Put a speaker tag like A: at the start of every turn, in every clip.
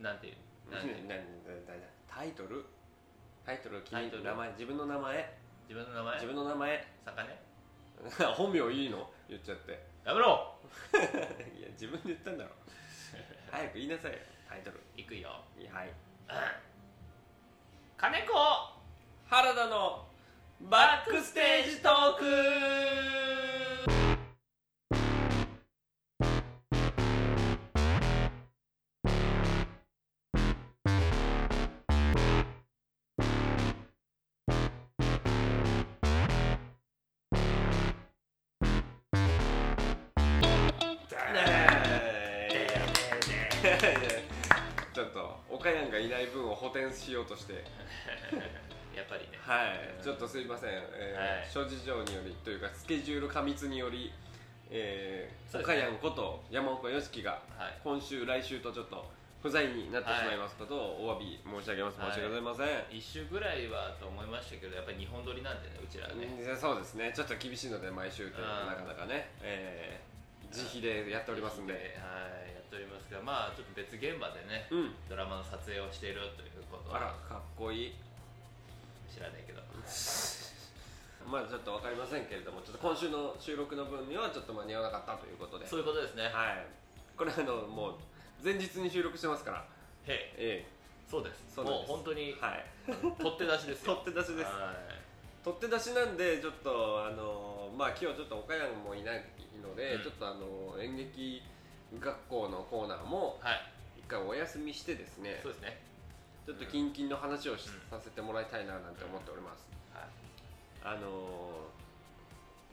A: なんていう なんていう
B: 何何何タイトルタイトル
A: タイト
B: 君
A: ル
B: 名前自分の名前
A: 自分の名前
B: 自分の名前
A: 作家ね
B: 本名いいの言っちゃって
A: やめろ
B: いや自分で言ったんだろ早く言いなさいよタイトル
A: いくよ
B: いやはい
A: 金子
B: 原田の
A: バックステージトーク
B: ちょっと岡山がいない分を補填しようとして
A: やっぱりね
B: はい、
A: うん
B: ちょっとすいません、
A: はい
B: えー諸事情によりというかスケジュール過密により、えー、
A: そうです
B: 岡
A: ね
B: 山こと山岡良樹が
A: はい
B: 今週、来週とちょっと不在になってし
A: はい
B: まいますことをお詫び申し上げます、
A: はい
B: 申し訳ございませ
A: 一
B: ん、
A: 週ぐらいはと思いましたけどやっぱり日本撮りなんでねうちらはね
B: うんそうですねちょっと厳しいので毎週というのはなかなかね、えー、自費でやっておりますんで、
A: はいやっておりますがまあちょっと別現場でね
B: うん
A: ドラマの撮影をしているということ
B: あら
A: は
B: かっこいい
A: 知らないけど
B: まだちょっとわかりませんけれどもちょっと今週の収録の分にはちょっと間に合わなかったということで
A: そういうことですね
B: はいこれあのもう前日に収録してますから
A: へい
B: え
A: そうです
B: そうなん
A: も
B: で
A: う
B: す
A: 本当
B: え
A: に
B: はい
A: 取って出しですよ
B: 取って出しです
A: はい
B: 取って出しなんでちょっとあのまあ今日ちょっと岡山もいないので、
A: うん
B: ちょっとあの演劇学校のコーナーも
A: はい
B: 一回お休みしてですね
A: そうですね
B: ちょっと近々の話をし
A: うん
B: させてもらいたいななんて思っております、
A: はい
B: あの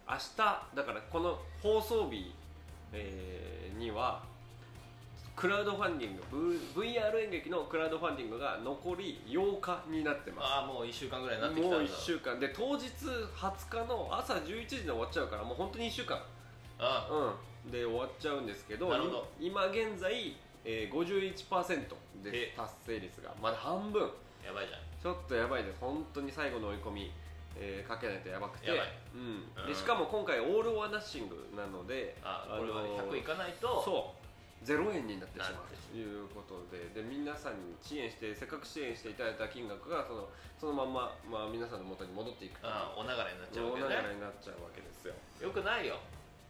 B: 明日だからこの放送日、えーにはクラウドファンディング、v、r 演劇のクラウドファンディングが残り8日になってます
A: ああもう1週間ぐらいになってきたんだ
B: もう1週間で当日20日の朝11時で終わっちゃうからもう本当に1週間、
A: あ
B: うん、で終わっちゃうんですけど
A: なるほど
B: い今現在、えー、51%で
A: え
B: す達成率がまだ半分
A: やばいじゃん
B: ちょっとやばいです本当に最後の追い込み、えーかけないとやばくて
A: やばい
B: うん、
A: う
B: で
A: ん
B: しかも今回オール・オア・ナッシングなので
A: あこれは
B: のー
A: 100いかないと
B: そう0円になってし
A: な
B: ま
A: っ
B: う
A: てしま
B: ということでで皆さんに支援してせっかく支援していただいた金額がそのそのまんま、まあ、皆さんの元に戻っていく
A: あお流れになっちゃう
B: 大
A: わ
B: 流
A: けね
B: れになっちゃうわけですよ、
A: よくないよ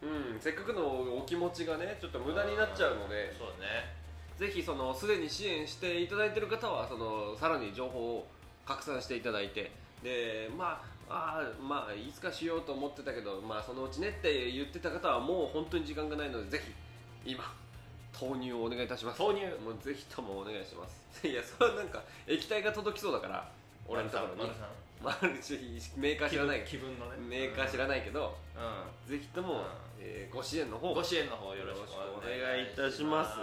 B: うん、せっかくのお気持ちがねちょっと無駄になっちゃうので
A: そうね
B: ぜひそのすでに支援していただいている方はそのさらに情報を拡散していただいてでまああーまあいつかしようと思ってたけどまあそのうちねって言ってた方はもう本当に時間がないのでぜひ今投入をお願いいたします
A: 投入
B: もうぜひともお願いします いやそれはなんか液体が届きそうだから俺のところに
A: 丸さん
B: まあメーカー知らない
A: 気分のね
B: メーカー知
A: ら
B: らないけど、
A: うん
B: ぜひとも、
A: うん
B: えーご支援の方
A: ご支援の方よろしくお願いいたします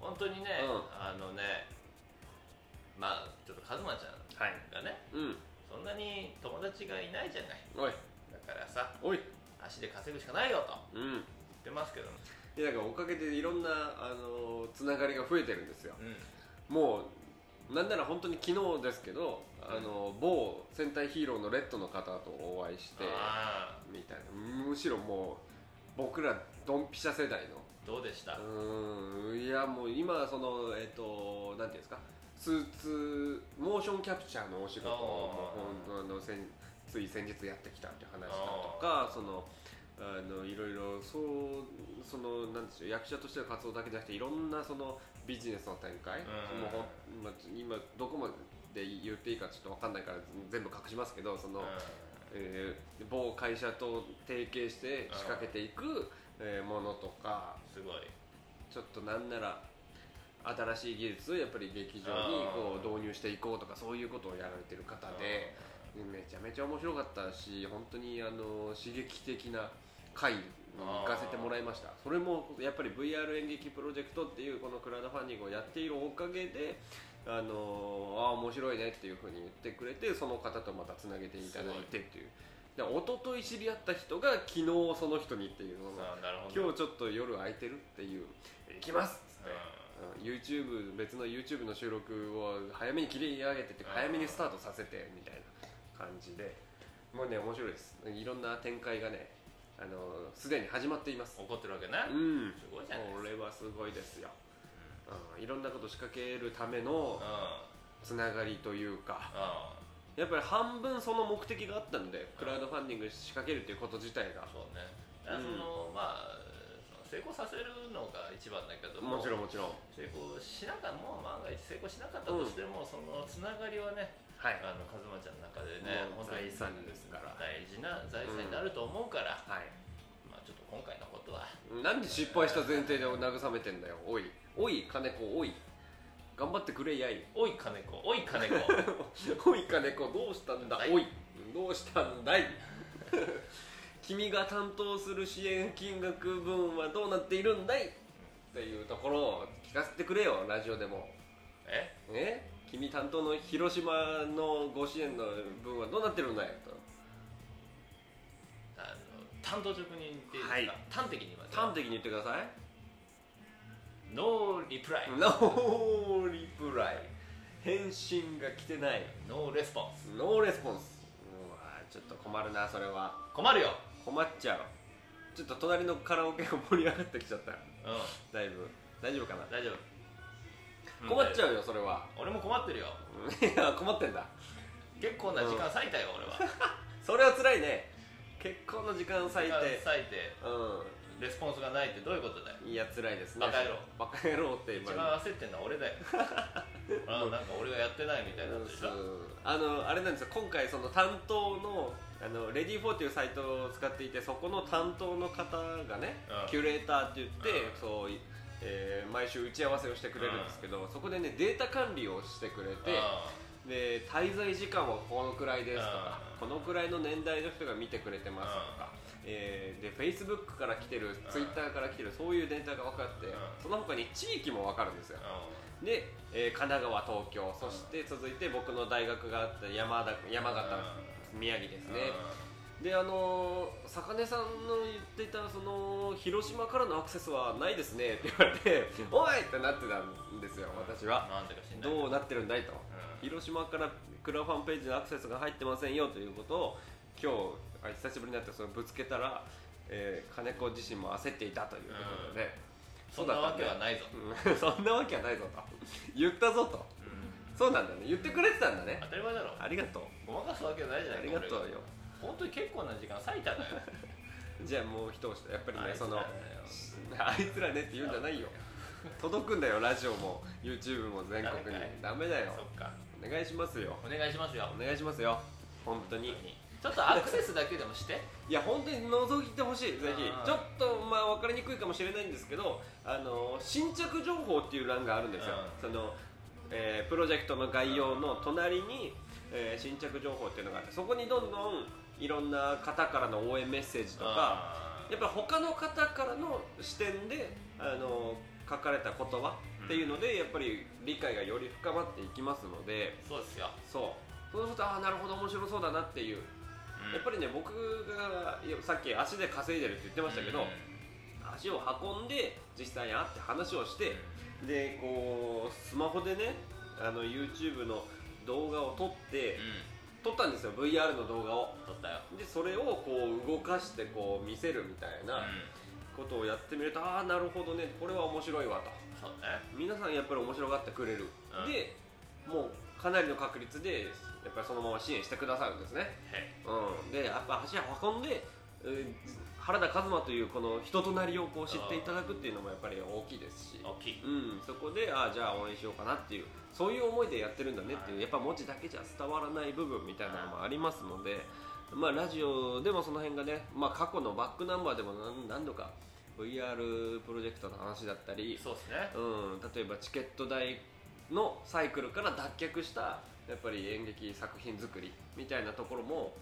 A: 本当にね、
B: うん
A: あのねまあちょっとカズマちゃん
B: はい
A: がね
B: うん
A: そんなに友達がいないじゃない
B: おい
A: だからさ
B: おい
A: 足で稼ぐしかないよと
B: うん
A: 言ってますけど
B: いやだからおかげでいろんなあのーつながりが増えてるんですよ
A: うん
B: もうなんなら本当に昨日ですけど、あのー某戦隊ヒーローのレッドの方とお会いして
A: あ
B: みたいなむしろもう僕らドンピシャ世代の
A: あどうでした、
B: うーんいやもう今そのえっ、となんていうんですかスーツモーションキャプチャーのお仕事をもう
A: あー
B: ほんとあの先つい先日やってきたっていう話だとかそのあのいろいろそうそのなんでしょう役者としての活動だけじゃなくていろんなそのビジネスの展開、
A: うん
B: もうほんまあ今どこまで言っていいかちょっとわかんないから全部隠しますけどその、
A: う
B: えー某会社と提携して仕掛けていく、えーものとか。
A: ん、すごい
B: ちょっとなんなら新しい技術をやっぱり劇場にこう
A: あー
B: 導入していこうとかそういうことをやられてる方でめちゃめちゃ面白かったし本当にあの刺激的な回に行かせてもらいましたそれもやっぱり VR 演劇プロジェクトっていうこのクラウドファンディングをやっているおかげであのあー面白いねっていうふうに言ってくれてその方とまたつなげていただいてっていうで一昨日知り合った人が昨日その人にっていうのが
A: さあなるほど
B: 今日ちょっと夜空いてるっていう行きますっつって、うん YouTube 別の YouTube の収録を早めに切り上げてって
A: うん
B: 早めにスタートさせてみたいな感じでもうね面白いですいろんな展開がねあのすでに始まっています
A: 怒ってるわけね、
B: うん
A: すごいじゃないですか
B: これはすごいですようんいろんなこと仕掛けるためのつながりというかやっぱり半分その目的があったのでクラウドファンディング仕掛けるっていうこと自体が
A: そうねだからその、まあその成功させるのが一番だけど
B: もちろんもちろん
A: 成功しなかったもう万が一成功しなかったとしても、そのつながりはね
B: はい
A: あのカズマちゃんの中でね
B: もう
A: 本当に
B: 財産ですから
A: 大事な財産になると思うから、
B: はい
A: まあちょっと今回のことは
B: なんで失敗した前提で慰めてんだよおいおい金子おい頑張ってくれやい
A: おい金子おい金子
B: おい金子どうしたんだ
A: はい
B: おいどうしたんだい 君が担当する支援金額分はどうなっているんだいっていうところを聞かせてくれよラジオでも
A: え
B: え君担当の広島のご支援の分はどうなってるんだよと
A: あの担当職人っていうんですか、
B: はい
A: 端的に言いますよ
B: 端的に言ってください
A: ノーリプライ、
B: ノーリプライ返信が来てない
A: ノーレスポンス
B: ノーレスポンスうわちょっと困るなそれは
A: 困るよ、
B: 困っちゃうちょっと隣のカラオケが盛り上がってきちゃった
A: うん、
B: だいぶ大丈夫かな
A: 大丈夫
B: 困っち
A: ゃう
B: ゃうよそれは
A: ん俺も困ってるよ
B: うん いや困ってんだ
A: 結構な時間割いたよ俺は
B: それは辛いね結婚の時間 割い
A: 時
B: て
A: 間割いて
B: う
A: レスポンスがないってどういうことだよ
B: んいや辛いですね
A: バカ野郎
B: バカ野郎って
A: 一
B: 今
A: 番焦ってんのは俺 だよあなんか俺がやってないみたいなことでし
B: そ
A: ょ
B: うあのあれなんですよ今回その担当のあのレディーフォーというサイトを使っていてそこの担当の方がね、
A: うん
B: キュレーターって言って、
A: うん
B: そういえー毎週打ち合わせをしてくれるんですけど、そこでねデータ管理をしてくれて、で滞在時間はこのくらいですとか、
A: うん
B: このくらいの年代の人が見てくれてますとか、えーで Facebook から来てる、Twitter から来てるそういうデータが分かって、
A: ん
B: その他に地域も分かるんですよ、
A: う
B: で、えー神奈川東京そして続いて僕の大学があった山田山形宮城です
A: んうん
B: ねであのー坂根さんの言ってたその広島からのアクセスはないですねって言われ て「おい!」ってなってたんですよ私は
A: なんでか知んない
B: どうなってるんだいと
A: うん
B: 広島からクラファンページのアクセスが入ってませんよということを今日あ久しぶりになってそのぶつけたら、えー金子自身も焦っていたということでね、
A: そんなわけは
B: ない
A: ないぞ、
B: そんな わけはないぞと言ったぞとそうなんだね言ってくれてたんだね
A: 当たり前だろ
B: ありがとう
A: ごまかすわけないじゃ
B: あ
A: ない
B: り
A: か
B: がとうよ
A: 俺本当に結構な時間割いたのよ
B: じゃあもう一押しやっぱりね
A: あいつら
B: そ
A: だ
B: の
A: よ
B: あいつらねって言うんじゃないよ届くんだよラジオも YouTube も全国にダメだよ
A: そっか
B: お願いしますよ
A: お願いしますよ
B: お願いしますよ本当に
A: ちょっとアクセスだけでもして
B: いや本当に覗いてほしいぜ
A: あー
B: ひちょっとまあ分かりにくいかもしれないんですけどあの新着情報っていう欄があるんですよその、えープロジェクトの概要の隣に、えー新着情報っていうのがあってそこにどんどんいろんな方からの応援メッセージとかやっぱり他の方からの視点であの書かれた言葉っていうので、やっぱり理解がより深まっていきますので
A: そうですよ、
B: そうそうするとああなるほど面白そうだなっていうやっぱりね僕がいやさっき足で稼いでるって言ってましたけど、足を運んで実際に会って話をしてでこうスマホでねあの YouTube の動画を撮って撮ったんですよ VR の動画を
A: 取ったよ
B: でそれをこう動かしてこう見せるみたいなことをやってみるとああなるほどねこれは面白いわと
A: そうね
B: 皆さんやっぱり面白がってくれる、
A: うん
B: でもうかなりの確率でやっぱりそのまま支援してくださるんですね
A: へ
B: うん、でやっぱ足を運んで、うん原田一馬というこの人となりをこう知っていただくっていうのもやっぱり大きいですし、
A: 大きい
B: うん、そこでああじゃあ応援しようかなっていうそういう思いでやってるんだねっていう、
A: はい
B: やっぱ文字だけじゃ伝わらない部分みたいなのもありますので、まあ、ラジオでもその辺がね、まあ、過去のバックナンバーでも何何度か VR プロジェクトの話だったり、
A: そうですね
B: うん、例えばチケット代のサイクルから脱却したやっぱり演劇作品作りみたいなところも、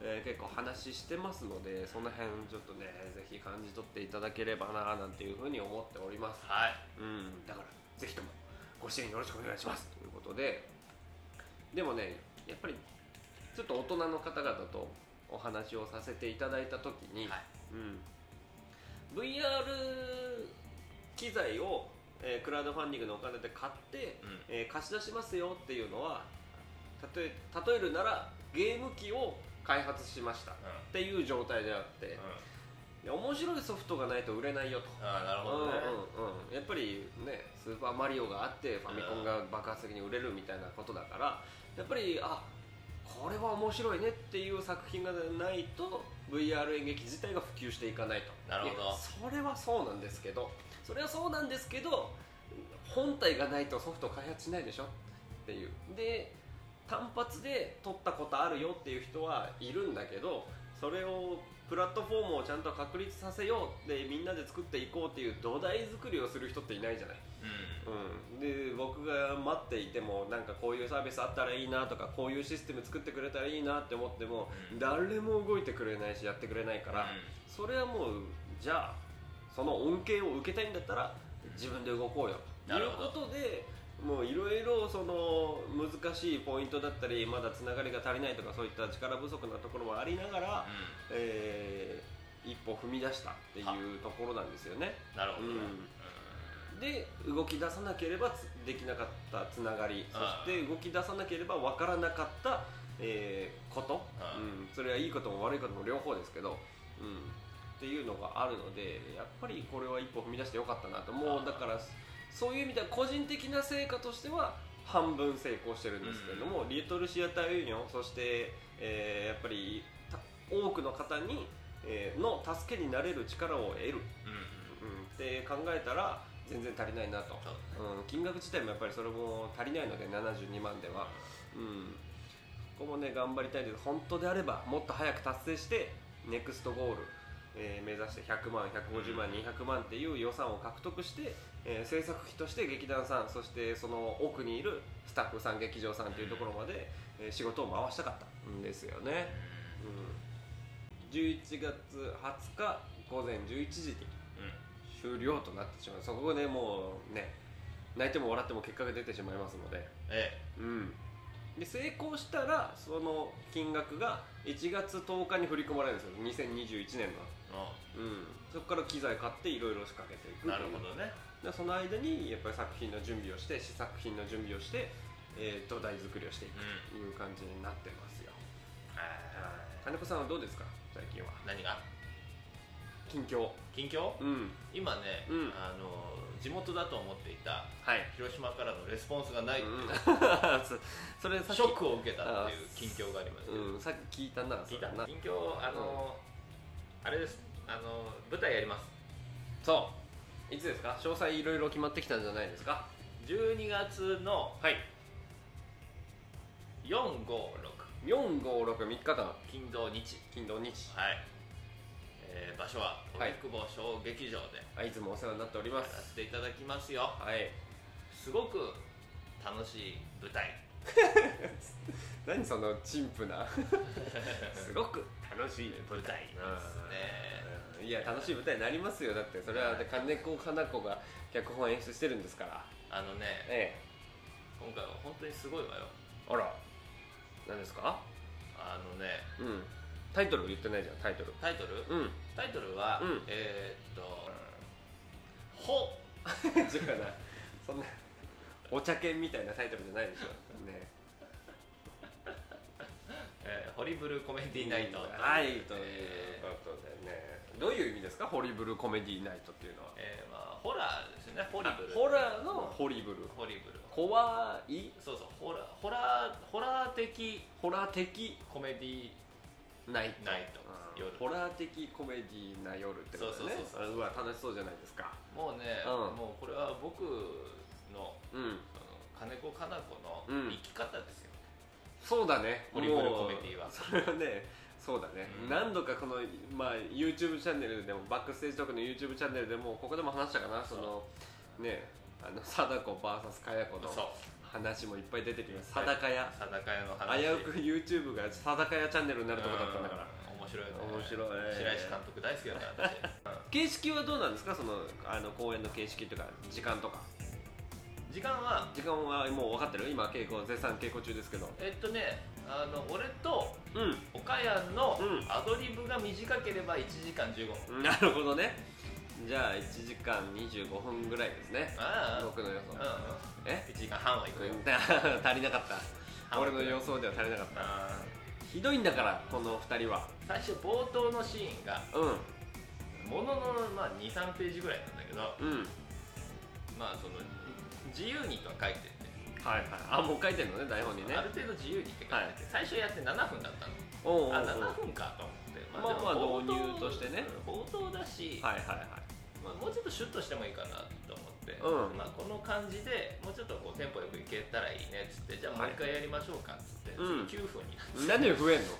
B: えー結構話してますのでその辺ちょっとねぜひ感じ取っていただければななんていうふうに思っております、
A: はい
B: うん、だからぜひともご支援よろしくお願いしますということででもねやっぱりちょっと大人の方々とお話をさせていただいた時に、
A: はい
B: うん、VR 機材を、えークラウドファンディングのお金で買って、
A: うん
B: えー貸し出しますよっていうのは例え例えるならゲーム機を開発しましたっていう状態であって、
A: うん
B: いや面白いソフトがないと売れないよと
A: ああなるほどね、
B: うんうんうん、やっぱりね「スーパーマリオ」があってファミコンが爆発的に売れるみたいなことだからやっぱりあこれは面白いねっていう作品がないと VR 演劇自体が普及していかないと
A: なるほど
B: いやそれはそうなんですけどそれはそうなんですけど本体がないとソフト開発しないでしょっていうで単発で撮ったことあるよっていう人はいるんだけどそれをプラットフォームをちゃんと確立させようでみんなで作っていこうっていう土台作りをする人っていないじゃない、
A: うん
B: うん、で僕が待っていてもなんかこういうサービスあったらいいなとかこういうシステム作ってくれたらいいなって思っても
A: うん
B: 誰も動いてくれないしやってくれないから、それはもうじゃあその恩恵を受けたいんだったら自分で動こうよと
A: ないる
B: う
A: ほ
B: こ
A: ど
B: とでもういろいろその難しいポイントだったりまだつながりが足りないとかそういった力不足なところもありなが
A: う
B: ら、えー一歩踏み出したっていうところなんですよね
A: んなるほどね、
B: うん
A: うん
B: で動き出さなければつできなかったつながりそ
A: ああ
B: して動き出さなければ分からなかった、えーこと、
A: ああ
B: うん、それはいいことも悪いことも両方ですけど、うん、っていうのがあるのでやっぱりこれは一歩踏み出してよかったなとも
A: あ
B: う
A: あ
B: だからそういう意味では個人的な成果としては半分成功してるんですけれども、リトルシアターユニオンそして、えーやっぱりた多くの方に、えーの助けになれる力を得る
A: うん
B: うん、って考えたら全然足りないなと、
A: そう
B: うん、金額自体もやっぱりそれも足りないので72万では、うん、ここもね頑張りたいです本当であればもっと早く達成してネクストゴール、えー目指して100万150万200万っていう予算を獲得して、えー制作費として劇団さんそしてその奥にいるスタッフさん劇場さんというところまで、えー仕事を回したかったんですよね。うん、11月20日午前11時に
A: うんうん
B: 終了となってしまうそこでもうね泣いても笑っても結果が出てしまいますので,、
A: え
B: うん、で成功したらその金額が1月10日に振り込まれるんですよ2021年
A: えあ
B: の、うん、そこから機材買っていろいろ仕掛けていく
A: なるほどね
B: でその間にやっぱり作品の準備をして試作品の準備をして、えー土台作りをしていくという感じになってますよ、
A: あ
B: 金子さんはどうですか最近は
A: ー何が
B: 近況
A: 近況
B: うん
A: 今ね、
B: うん
A: あの地元だと思っていた
B: はい、
A: 広島からのレスポンスがないっていう
B: うん、 そそれさっき
A: ショックを受けたっていう近況がありました、
B: うん、さっき聞いたな、
A: 聞いた
B: それな
A: 近況あの、あれですあの舞台やります
B: そう、いつですか、詳細いろいろ決まってきたんじゃないですか。
A: 12月の
B: はい、
A: 456
B: 4、5、6、3日間、
A: 金土日
B: 金土日、
A: はい、えー場所は
B: はい
A: 荻窪小劇場で
B: あいつもお世話になっており
A: や
B: ま
A: ら
B: す。
A: せていただきますよ
B: はい、
A: すごく楽しい舞台
B: 何その陳腐 な、すごく楽しい
A: 舞台ですね
B: うんいや、楽しい舞台になりますよ、だって、それはだって金子花子が脚本演出してるんですから。
A: あのね
B: え
A: 今回は本当にすごいわよ
B: え、あら、何ですか。
A: あのね
B: うん、タイトル言ってないじゃん、タイトル。
A: タイトル
B: うん、
A: タイトルは、
B: うん
A: えーっと「ほ
B: 違うなそんなお茶犬みたいなタイトルじゃないでしょね」
A: えーホリブルコメディナイト」
B: はいという
A: えー
B: ことでねどういう意味ですかホリブルコメディナイトっていうのは
A: えーまあ、ホラーですねホリブル
B: ホラーのホリブル
A: ホリブル
B: 怖い
A: そうそうホラーホラーホラー的
B: ホラー的
A: コメディ
B: ナイト
A: ナイト
B: うん
A: 夜
B: ホラー的コメディな夜ってことね
A: そうそうそうそう
B: うわ楽しそうじゃないですか
A: もうね、
B: うん
A: もうこれは僕の
B: う
A: あ
B: ん
A: の金子かな子の
B: うん
A: 生き方ですよ、
B: そうだね
A: ホリブルコメディは
B: もうそれはねそうだね、
A: うん
B: 何度かこの、まあ、YouTube チャンネルでもバックステージトークの YouTube チャンネルでもここでも話したかなそのねあの貞子 VS かや子の
A: そう
B: 話もいっぱい出てきます
A: はい
B: 貞かや
A: 定か屋の話
B: 危うく YouTube が貞かやチャンネルになるとこだったんだから
A: うん面白いよね
B: 面白い
A: 白石監督大好きだから私
B: 形式はどうなんですかそのあの公演の形式とか時間とか
A: 時間は
B: 時間はもう分かってる今稽古絶賛稽古中ですけど
A: えっとねあの俺と
B: うん
A: 岡谷の
B: うん
A: アドリブが短ければ1時間15分、
B: なるほどねじゃあ1時間25分ぐらいですね
A: ああ
B: 僕の予
A: う
B: 想
A: ん
B: え
A: 1時間半はいくよ、
B: 足りなかった
A: 半
B: 俺の予想では足りなかっ
A: あー
B: たひどいんだからこの2人は
A: 最初冒頭のシーンが
B: うん
A: ものの、まあ、23ページぐらいなんだけど
B: うん
A: まあその自由にとは書いてて、
B: はいはいあもう書いてんのね台本にね
A: ある程度自由にって書いてて、最初やって7分だったの
B: おうおうおう
A: あ7分かと思って、
B: まあまあ
A: でも
B: 導
A: 冒
B: 入
A: 頭
B: としてね
A: 冒頭だし、
B: はいはいはい
A: まあ、もうちょっとシュッとしてもいいかなと思って、
B: うん
A: まあ、この感じでもうちょっとこうテンポよくいけたらいいねっつってじゃあもう一回やりましょうかっつって、
B: うん
A: 9分になって、
B: なんで増えんの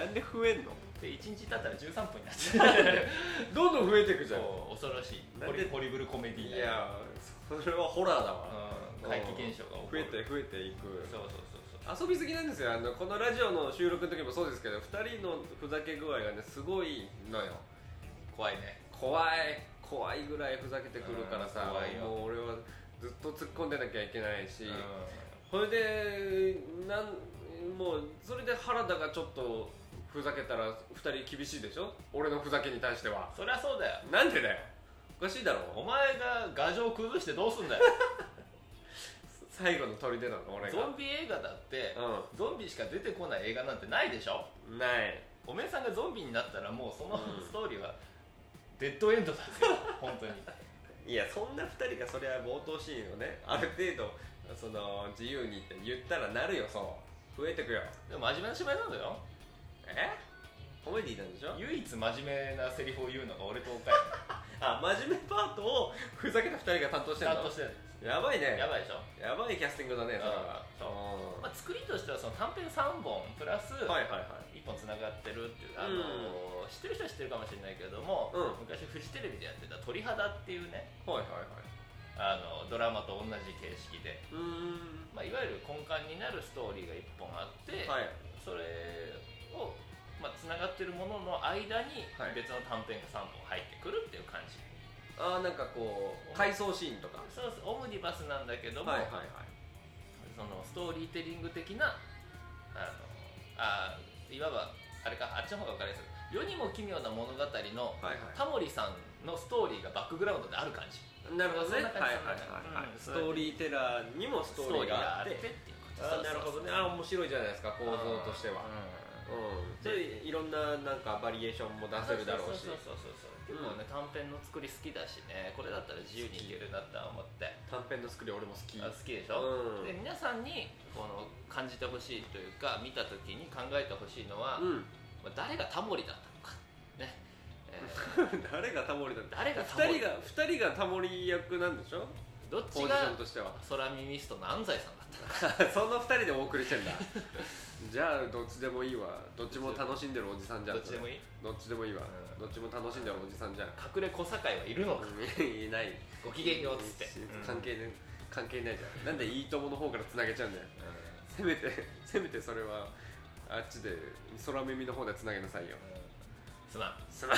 B: なんで増えんの
A: 1日経ったら13分になって
B: どんどん増えていく
A: こう恐ろしい
B: なん
A: ホ
B: で
A: リホリブルコメディー
C: いやそれはホラーだわ
A: うん怪奇現象が
C: 増え
A: 起こ
C: て
A: る
C: 増えていく
A: そうそうそうそう
B: 遊びすぎなんですよあのこのラジオの収録の時もそうですけど2人のふざけ具合がねすごいのよ
A: 怖いね
B: 怖い怖いぐらいふざけてくるからさ
A: うん怖いよ
B: もう俺はずっと突っ込んでなきゃいけないし、
A: う
B: それでなんもうそれで原田がちょっとふざけたら2人厳しいでしょ俺のふざけに対しては
A: んそりゃそうだよ
B: なんでだよおかしいだろ
A: お前が牙城崩してどうすん だよ
B: 最後の砦なの俺
A: ゾ
B: が
A: ンビ映画だってゾンビしか出てこない映画なんてないでしょ
B: うんない
A: おめえさんがゾンビになったらもうその
B: うん
A: ストーリーはデッドエンドだぜ よ本当に
B: いやそんな2人がそれは冒頭シーンをねある程度その自由にって言ったらなるよそう増えてくよ
A: でも真面目な芝居なんだよ
B: えコメディなんでしょ
A: 唯一真面目なセリフを言うのが俺と岡山
B: あ真面目パートをふざけた2人が担当 して
A: ち
B: る
A: ゃ
B: の
A: んとしてる
B: やばいね
A: やばいでしょ、
B: やばいキャスティングだねそれは
A: うん
B: うん
A: まあ、作りとしてはその短編3本プラス
B: はいはいはい
A: 1本つながってるっていう、あの知ってる人は知ってるかもしれないけれども、
B: うん
A: 昔フジテレビでやってた「鳥肌」っていうね
B: はいはいはい
A: あのドラマと同じ形式で、
B: うーん
A: まあ、いわゆる根幹になるストーリーが1本あって、
B: はい
A: それをまあつな、がってるものの間に
B: はい
A: 別の短編が3本入ってくるっていう感じ、
B: あーなんかこう回想シーンとかは
A: そうそうオムニバスなんだけど
B: い
A: も、
B: はいはい
A: そのストーリーテリング的なあのあーいわばあれかあっちの方が分かりやすい世にも奇妙な物語の
B: はい
A: タモリさんのストーリーがバックグラウンドである感じ
B: いなるほどねはい
A: そんな
B: は
A: 感じうん
B: いはいはいストーリーテラーにもストーリーがあって
A: ていうこと
B: あーなるほどねあー面白いじゃないですか構
A: そうそう
B: 造としてはうんそれいろんななんかバリエーションも出せるだろうし
A: そうそうそうそうそう結構ね、短編の作り好きだしねこれだったら自由にいけるなって思って
B: 短編の作り俺も好き
A: あ好きでしょ、
B: う
A: で
B: ん
A: 皆さんにこの感じてほしいというか見た時に考えてほしいのは、
B: うん
A: ま あ誰がタモリだったのかね、え ー
B: 誰がタモリだって
A: 誰がタモ
B: 2
A: リ
B: 人が二人がタモリ役なんでしょ
A: どっち
B: ポジション
A: が
B: としては
A: 空耳ミストの安西さんだったのか
B: その2人でお送りしてんだ じゃあどっちでもいいわどっちも楽しんでるおじさんじゃん
A: どっちでもいい
B: どっちでもいいわ
A: うん
B: どっちも楽しんでるおじさんじゃん
A: 隠れ小堺はいるのか、
B: いない
A: ご機嫌ようっつって、
B: 関係,、ね、関係ないじゃんなんでいいともの方からつなげちゃうんだよ
A: うんうん
B: せめてせめてそれはあっちで空耳の方でつなげなさいよ
A: すまん
B: 素直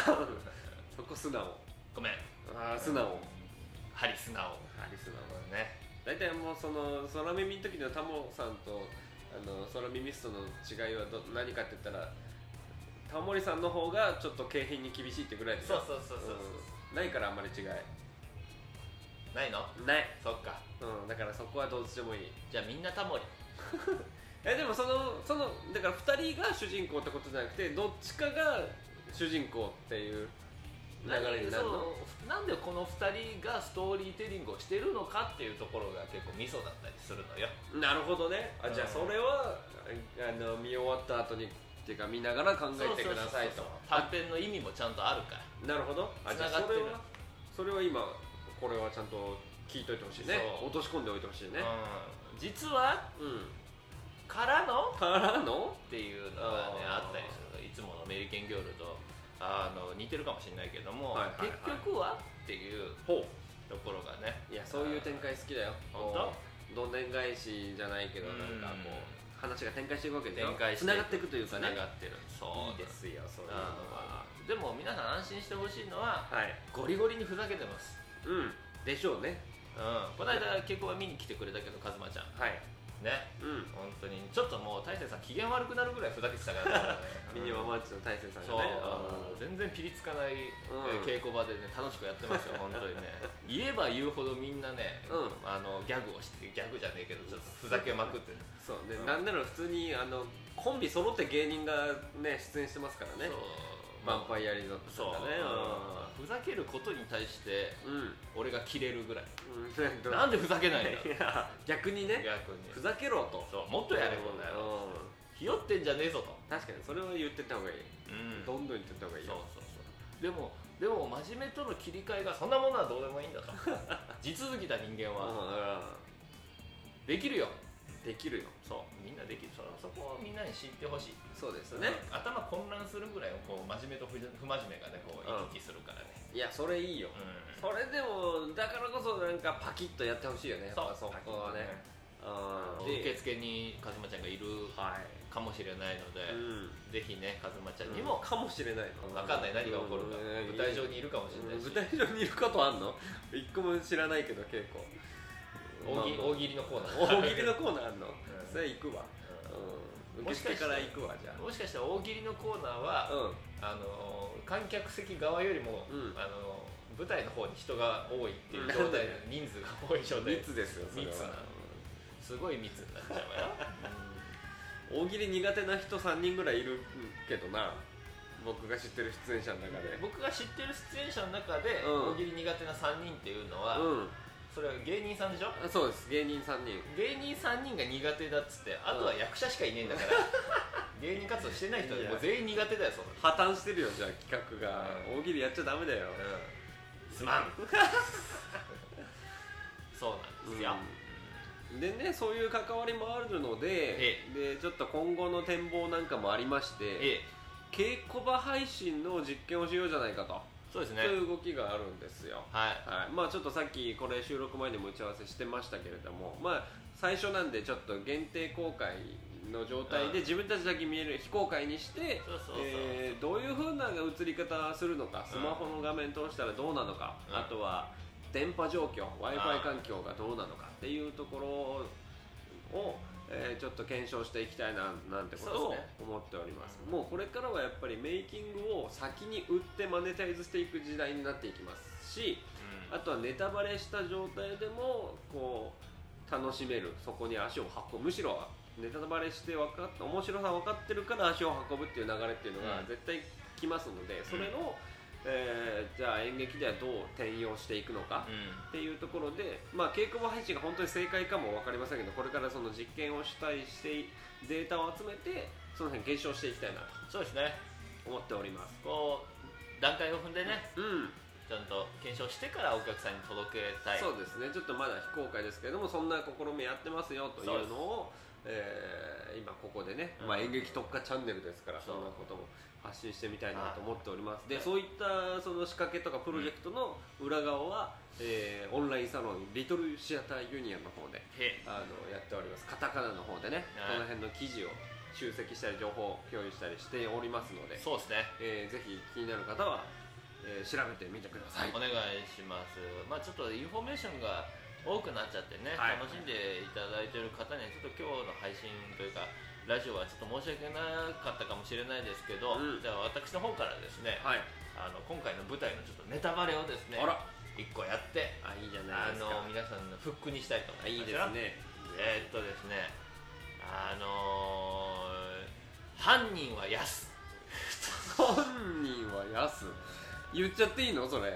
B: そこ素直
A: ごめん
B: ああ素直
A: ハリスナオ
B: あり素直
A: ね
B: 大体もうその空耳の時のタモさんとあの空耳ストの違いはど何かって言ったらタモリさんの方がちょっと景品に厳しいってぐらいでし
A: そ
B: ょ
A: うそうそうそうそう、
B: うんないからあんまり違い
A: ないの
B: ない、
A: そっか
B: うん、だからそこはどっちでもいい
A: じゃあみんなタモリ
B: えでもそのそのだから2人が主人公ってことじゃなくてどっちかが主人公っていう流れになるの
A: そうなんでこの2人がストーリーテリングをしてるのかっていうところが結構ミソだったりするのよ
B: なるほどねあじゃあそれはあの見終わった後にっていうか見ながら考えてください
A: そ
B: と
A: うそうそうそう短編の意味もちゃんとあるから
B: なるほどあじゃあ
A: 繋がっ
B: そ
A: てる
B: れはそれは今これはちゃんと聞いといてほしいね
A: そう
B: 落とし込んでおいてほしいね
A: うん実は
B: うん
A: からの
B: からの
A: っていうのがね
B: あ
A: あ
B: ー
A: ったりするのいつものアメリケンギョールとあの似てるかもしれないけども、
B: はいはいはい
A: 結局はっていう
B: ほ
A: ところがね
B: ういやそういう展開好きだよ
A: 本当
B: もうどんでん返しじゃないけどなんかこ
A: うん
B: う話が展開していくわけでしょ
A: 展開して
B: つながっていくという
A: つ
B: かね
A: ながってるそう
B: いいですよそういうの
A: あ
B: は
A: ーでも皆さん安心してほしいのは
B: はい
A: ゴリゴリにふざけてます
B: うんでしょうね
A: うんこの間結婚は見に来てくれたけどカズマちゃん
B: はい
A: ね
B: うん
A: 本当にちょっともう大勢さん機嫌悪くなるぐらいふざけてた からね
B: ミニママッチの大勢さん
A: そう
B: がね
A: 全然ピリつかないえ
B: うん
A: ー稽古場でね楽しくやって ますよ本当にね言えば言うほどみんなね
B: うん
A: あのギャグをしてギャグじゃねえけどちょっとふざけまくってる
B: そうね
A: うん
B: なんなら普通にあのコンビ揃って芸人がね出演してますからね
A: そう
B: ヴァンパイアリゾット
A: そう
B: とかね
A: うんふざけることに対して
B: うん、うん
A: 俺がキレるぐらい
B: うん
A: なんでふざけないんだ
B: いや逆にね
A: 逆に
B: ふざけろと
A: そうもっとやれこんなよ
B: う
A: ひよってんじゃねえぞと
B: ん確かにそれは言ってった方がいい、
A: うん
B: どんどん言ってった方がいい
A: そう
B: よ
A: そうそうでもでも真面目との切り替えがそんなものはどうでもいいんだ と地続きだ人間
B: うん
A: は
B: う
A: できるよ
B: んできるよ
A: そうみんなできるそそこをみんなに知ってほしい
B: そうです
A: ね頭混乱するぐらいをこう真面目と不不真面目がねこう行き来するからね
B: いやそれいいよ
A: うん
B: それでもだからこそなんかパキッとやってほしいよねやっぱそこはねうんで
A: 受付にカズマちゃんがいる
B: は
A: かもしれないの
B: い、
A: で、ぜ
B: ん、
A: ひねカズマちゃんに
B: に
A: も
B: もかもしれない
A: 分かんない何が起こるか、
B: うん
A: 舞台上にいるかもしれないし、
B: 舞台上にいることあんの一個も知らないけど結構
A: 大喜利大喜利のコーナー
B: 大喜利のコーナーあんの
A: ん
B: それ行くわ、うん、受付から行くわじゃ
A: もしかしたら大喜利のコーナー
B: あ
A: は、
B: うん
A: あのー観客席側よりも、
B: うん
A: あのー舞台の方に人が多いっていう状態で人数が多い状態
B: 密ですよそれは
A: 密なのすごい密になっちゃうわよ
B: 大喜利苦手な人3人ぐらいいるけどな僕が知ってる出演者の中で
A: 僕が知ってる出演者の中で、
B: うん
A: 大喜利苦手な3人っていうのは、
B: うん
A: それは芸人さんでしょ
B: あそうです芸人3人
A: 芸人3人が苦手だっつってあとは役者しかいねえんだから、 芸人活動してない人はもう全員苦手だよそんな
B: 破綻してるよじゃあ企画が
A: うん
B: 大喜利やっちゃダメだよ
A: うんすま んそうなんですよ、
B: でねそういう関わりもあるので
A: え
B: でちょっと今後の展望なんかもありまして
A: ええ
B: 稽古場配信の実験をしようじゃないかと、
A: そうです
B: そ
A: ね
B: ういう動きがあるんですよ
A: はい
B: はい、まあちょっとさっきこれ収録前にも打ち合わせしてましたけれどもまあ最初なんでちょっと限定公開の状態
A: うん
B: で自分たちだけ見える非公開にして
A: そうそうそう
B: えーどういう風な映り方するのか
A: ん
B: スマホの画面通したらどうなのか、
A: うん
B: あとは電波状況 w i f i 環境がどうなのかっていうところを、えーちょっと検証していきたいななんてこと
A: そう
B: を
A: ですね
B: 思っております
A: うん
B: もうこれからはやっぱりメイキングを先に売ってマネタイズしていく時代になっていきますし
A: うん
B: あとはネタバレした状態でもこう楽しめるそこに足を運ぶむしろネタバレして分かった面白さ分かってるから足を運ぶっていう流れっていうの
A: う
B: が
A: ん
B: 絶対来ますので、それを、えーじゃあ演劇ではどう転用していくのか
A: うん
B: っていうところで、まあ、稽古場配置が本当に正解かも分かりませんけどこれからその実験をしたりしてデータを集めてその辺検証していきたいな
A: そうですね
B: と思っております。
A: こう段階を踏んでね
B: うん
A: ちゃんと検証してからお客さんに届けたい
B: そうですねちょっとまだ非公開ですけれどもそんな試みやってますよというのを、えー今ここでね、
A: うん
B: まあ、演劇特化チャンネルですから
A: そ
B: そ
A: うん
B: なことも発信してみたい
A: は
B: ないと思っております
A: は
B: で
A: い
B: そういったその仕掛けとかプロジェクトの裏側は、えーオンラインサロンリトルシアターユニアンの方で
A: へ
B: あのやっておりますカタカナの方でね、
A: はい
B: この辺の記事を集積したり情報を共有したりしておりますので、
A: そうですね
B: えーぜひ気になる方は、えー調べてみてください
A: お願いしますまあちょっとインフォメーションが多くなっちゃってね、
B: はい
A: 楽しんでいただいてる方にはちょっと今日の配信というかラジオはちょっと申し訳なかったかもしれないですけど、
B: う
A: じ
B: ん
A: ゃあ私の方からですね、
B: はい
A: あの今回の舞台のちょっとネタバレをですね
B: あら
A: 一個やって
B: あいいじゃな
A: あ
B: いですか
A: の皆さんのフックにしたいと思
B: あ
A: い
B: いい
A: ます
B: ですね
A: えーっとですねあのー犯人はやす
B: 本人はやす言っちゃっていいのそれ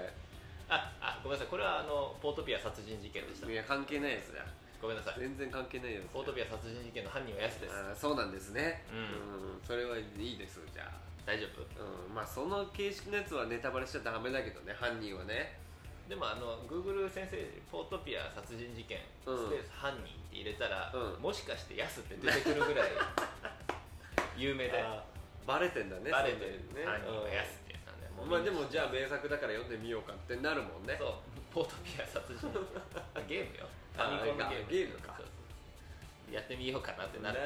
A: あ あごめんなさいこれはあのポートピア殺人事件でした
B: いや関係ないやつだ
A: ごめんなさい
B: 全然関係ないやつだ
A: ポートピア殺人事件の犯人はやすです
B: あーそうなんですね
A: うん
B: うんそれはいいですじゃあ
A: 大丈夫
B: うんまあその形式のやつはネタバレしちゃダメだけどね犯人はね
A: でもあの Google 先生ポートピア殺人事件スペ
B: うん
A: ース犯人って入れたら、
B: うん
A: もしかしてやすって出てくるぐら い有名で
B: あーバレてんだね
A: バレて
B: そ
A: る
B: れね
A: 犯人はやすってやつなんで
B: う
A: も
B: ん
A: う
B: まあでもじゃあ名作だから読んでみようかってなるもんね
A: そうポートピア殺 人事件あゲームよフ
B: あ
A: ァミコンのゲ
B: ゲ
A: ーム
B: ームか
A: そうそうやってみようかなってなる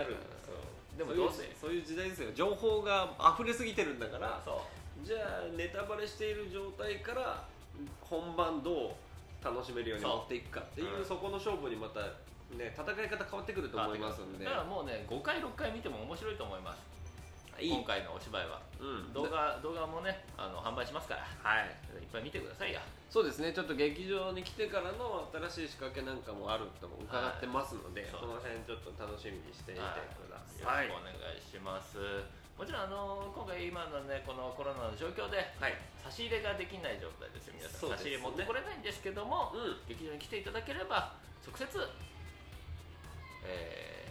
B: そう
A: でも
B: そうい
A: ど
B: う
A: うせ
B: そういう時代ですよ情報が溢れすぎてるんだから
A: そう
B: じゃあネタバレしている状態から本番どう楽しめるように
A: そう
B: 持っていくかっていう
A: うん
B: そこの勝負にまたね戦い方変わってくると思いますんで
A: だからもうね5回6回見ても面白いと思います
B: いい
A: 今回のお芝居は
B: うん
A: 動
B: だ
A: 画動画もねあの販売しますから
B: はい
A: いっぱい見てくださいよ
B: そうですねちょっと劇場に来てからの新しい仕掛けなんかもあるとも伺ってますので、
A: はい
B: その辺ちょっと楽しみにしていてくだ
A: よろしく
B: さい、
A: お願いします、もちろんあの今回今のねこのコロナの状況で
B: はい
A: 差し入れができない状態ですよ皆さ
B: そ
A: ん、
B: うで
A: 差
B: す
A: し
B: ね
A: 入れ持ってこれないんですけども、
B: うん
A: 劇場に来ていただければ直接、え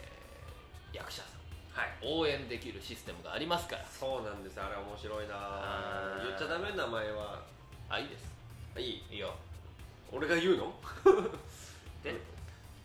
A: ー役者さん
B: はい
A: 応援できるシステムがありますから
B: そうなんですあれ面白い
A: あ
B: な
A: ー
B: 言っちゃダメ名前は
A: あいいです
B: いい
A: いいよ
B: 俺が言うの
A: で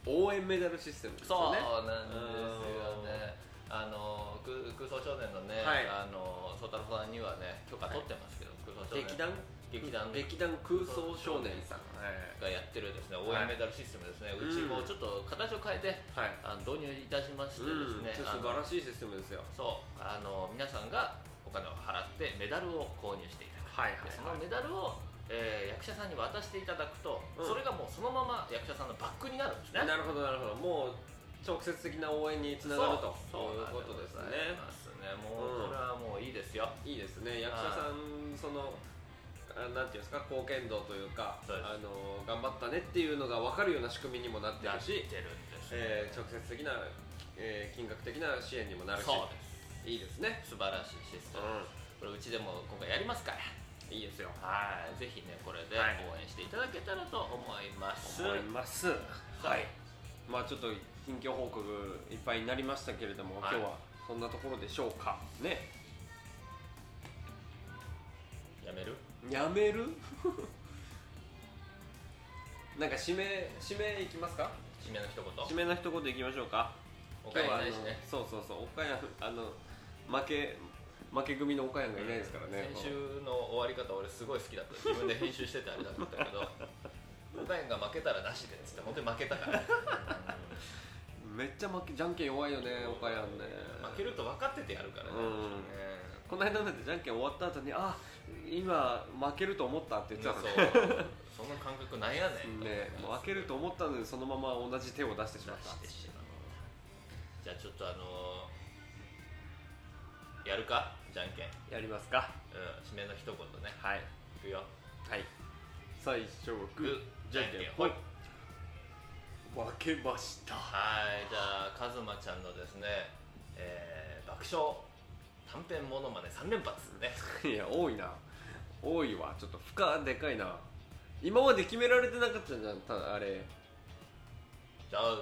B: 応援メダルシステムです
A: そ
B: よ
A: う
B: ね
A: なんですよねあのく空想少年のね、
B: はい
A: あの宗太郎さんにはね許可取ってますけど、空想
B: 劇
A: 少年
B: 団
A: 劇団
B: 劇団空想少年さん
A: がやってるですね応援メダルシステムですね、
B: いう
A: ち
B: うん
A: もちょっと形を変えて
B: はい、はい
A: あの導入いたしまして
B: うん、
A: ですね、
B: 素
A: あの
B: 晴らしいシステムですよ
A: そうあの皆さんがお金を払ってメダルを購入していただく、
B: はいはい
A: でその
B: はい
A: メダルを、えー役者さんに渡していただくと、
B: うん
A: それがもうそのまま役者さんのバックになるんですね
B: なるほどなるほどもう直接的な応援につながると
A: そう
B: いうことです
A: そうなん
B: ね
A: ございますねもう、こ
B: うん
A: れはもういいですよ
B: いいですね役者さんそのあなんていうんですか貢献度というか
A: そうです
B: あの頑張ったねっていうのが分かるような仕組みにもなってるし
A: 出るんです、
B: えー直接的な、えー金額的な支援にもなるし
A: そう
B: いいですね
A: です素晴らしいシステム、これうちでも今回やりますから
B: いいですよ
A: はいぜひねこれで
B: はい
A: 応援していただけたらと思います、
B: 思います
A: はい
B: まあちょっと近況報告いっぱいになりましたけれども、
A: はい
B: 今日はそんなところでしょうかね
A: やめる
B: やめる なんか締め締めいきますか
A: 締めの一言
B: 締めの一言いきましょうか
A: おかえりないしね
B: 今日はあのそうそうそう岡山あの負け負け組の岡山がいないですからね、
A: 先週の終わり方俺すごい好きだった自分で編集しててあれだったけ ど「岡山が負けたらなしで」っつって本当に負けたから、
B: めっちゃ負けじゃんけん弱いよね岡山ね
A: 負けると分かっててやるからね,、
B: うん
A: ね
B: この間だってじゃんけん終わった後にあ今負けると思ったって言って
A: そ
B: た
A: う
B: の
A: その感覚なんやねん
B: ねもう負けると思ったのにそのまま同じ手を出してしまった
A: 出してしまうじゃあちょっとあのーやるかじゃんけん、うん、
B: やりますか
A: 締めの一言ね
B: はい
A: いくよ
B: はい最初はグ
A: グ
B: ーじゃんけん
A: ほ
B: ほ
A: い
B: い負けました
A: はいじゃあカズマちゃんのですね、えー爆笑短編モノマネ3連発ね
B: いや多いな多いわちょっと負荷でかいな今まで決められてなかったじゃんただあれ
A: じゃあ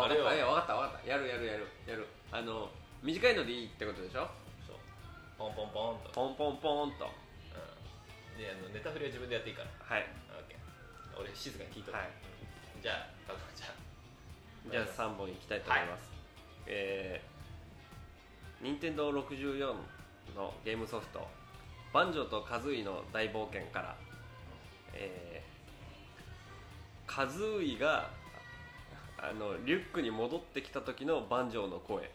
A: あ
B: 分
A: れ
B: か
A: よ
B: ったいや分かった分かったやるやるやるやるあの短いのでいいってことでしょ
A: そうポンポンポンと、
B: ポンポンポンと
A: うん、であのネタ振りは自分でやっていいから
B: はい
A: オッケー俺静かに聞いとく、
B: はい
A: じゃあカズマちゃん
B: じゃあ3本いきたいと思います、えー、任天堂64のゲームソフト「バンジョーとカズーイの大冒険」から、えー、カズーイがあのリュックに戻ってきた時のバンジョーの声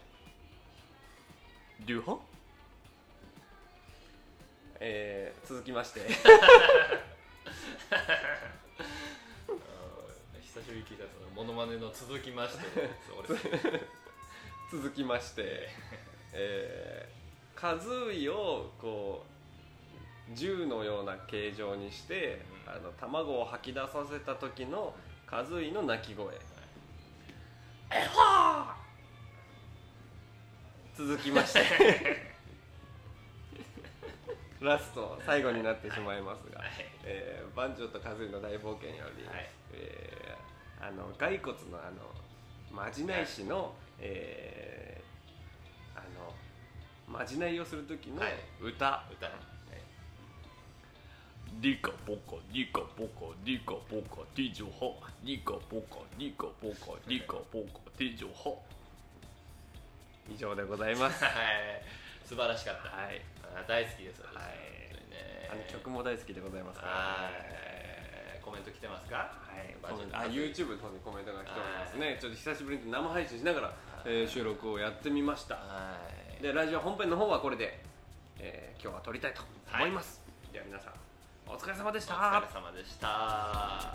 B: リュホえー、続きまして
A: うん久しぶりに聞いたそのモノマネの続きまして のやつ俺好き
B: 続きましてえー、カズーイをこう銃のような形状にして、
A: うん
B: あの卵を吐き出させた時のカズーイの鳴き声「えほー!」続き ましてラスト最後になってしまいますが、
A: はい
B: えー、バンジョーとカズーイの大冒険より、
A: はい
B: えーあの骸骨のあのまじない師の、えーあのまじないをする時の
A: はい
B: 歌、
A: 歌
D: ニカポカニカポカニカポカ地上波ニカポカニカポカニカポカ地上波
B: 以上でございます
A: はい素晴らしかった、
B: はい
A: あ大好きです私
B: はい
A: 本当にね
B: あの曲も大好きでございますから
A: はいコメント来てますか
B: はいコメントあ YouTube の方にコメントが来ておりますねちょっと久しぶりに生配信しながら、えー収録をやってみました
A: はい
B: でラジオ本編の方はこれで、えー今日は撮りたいと思います、では皆さんお疲れ様でし
A: お
B: た
A: 疲れ様でした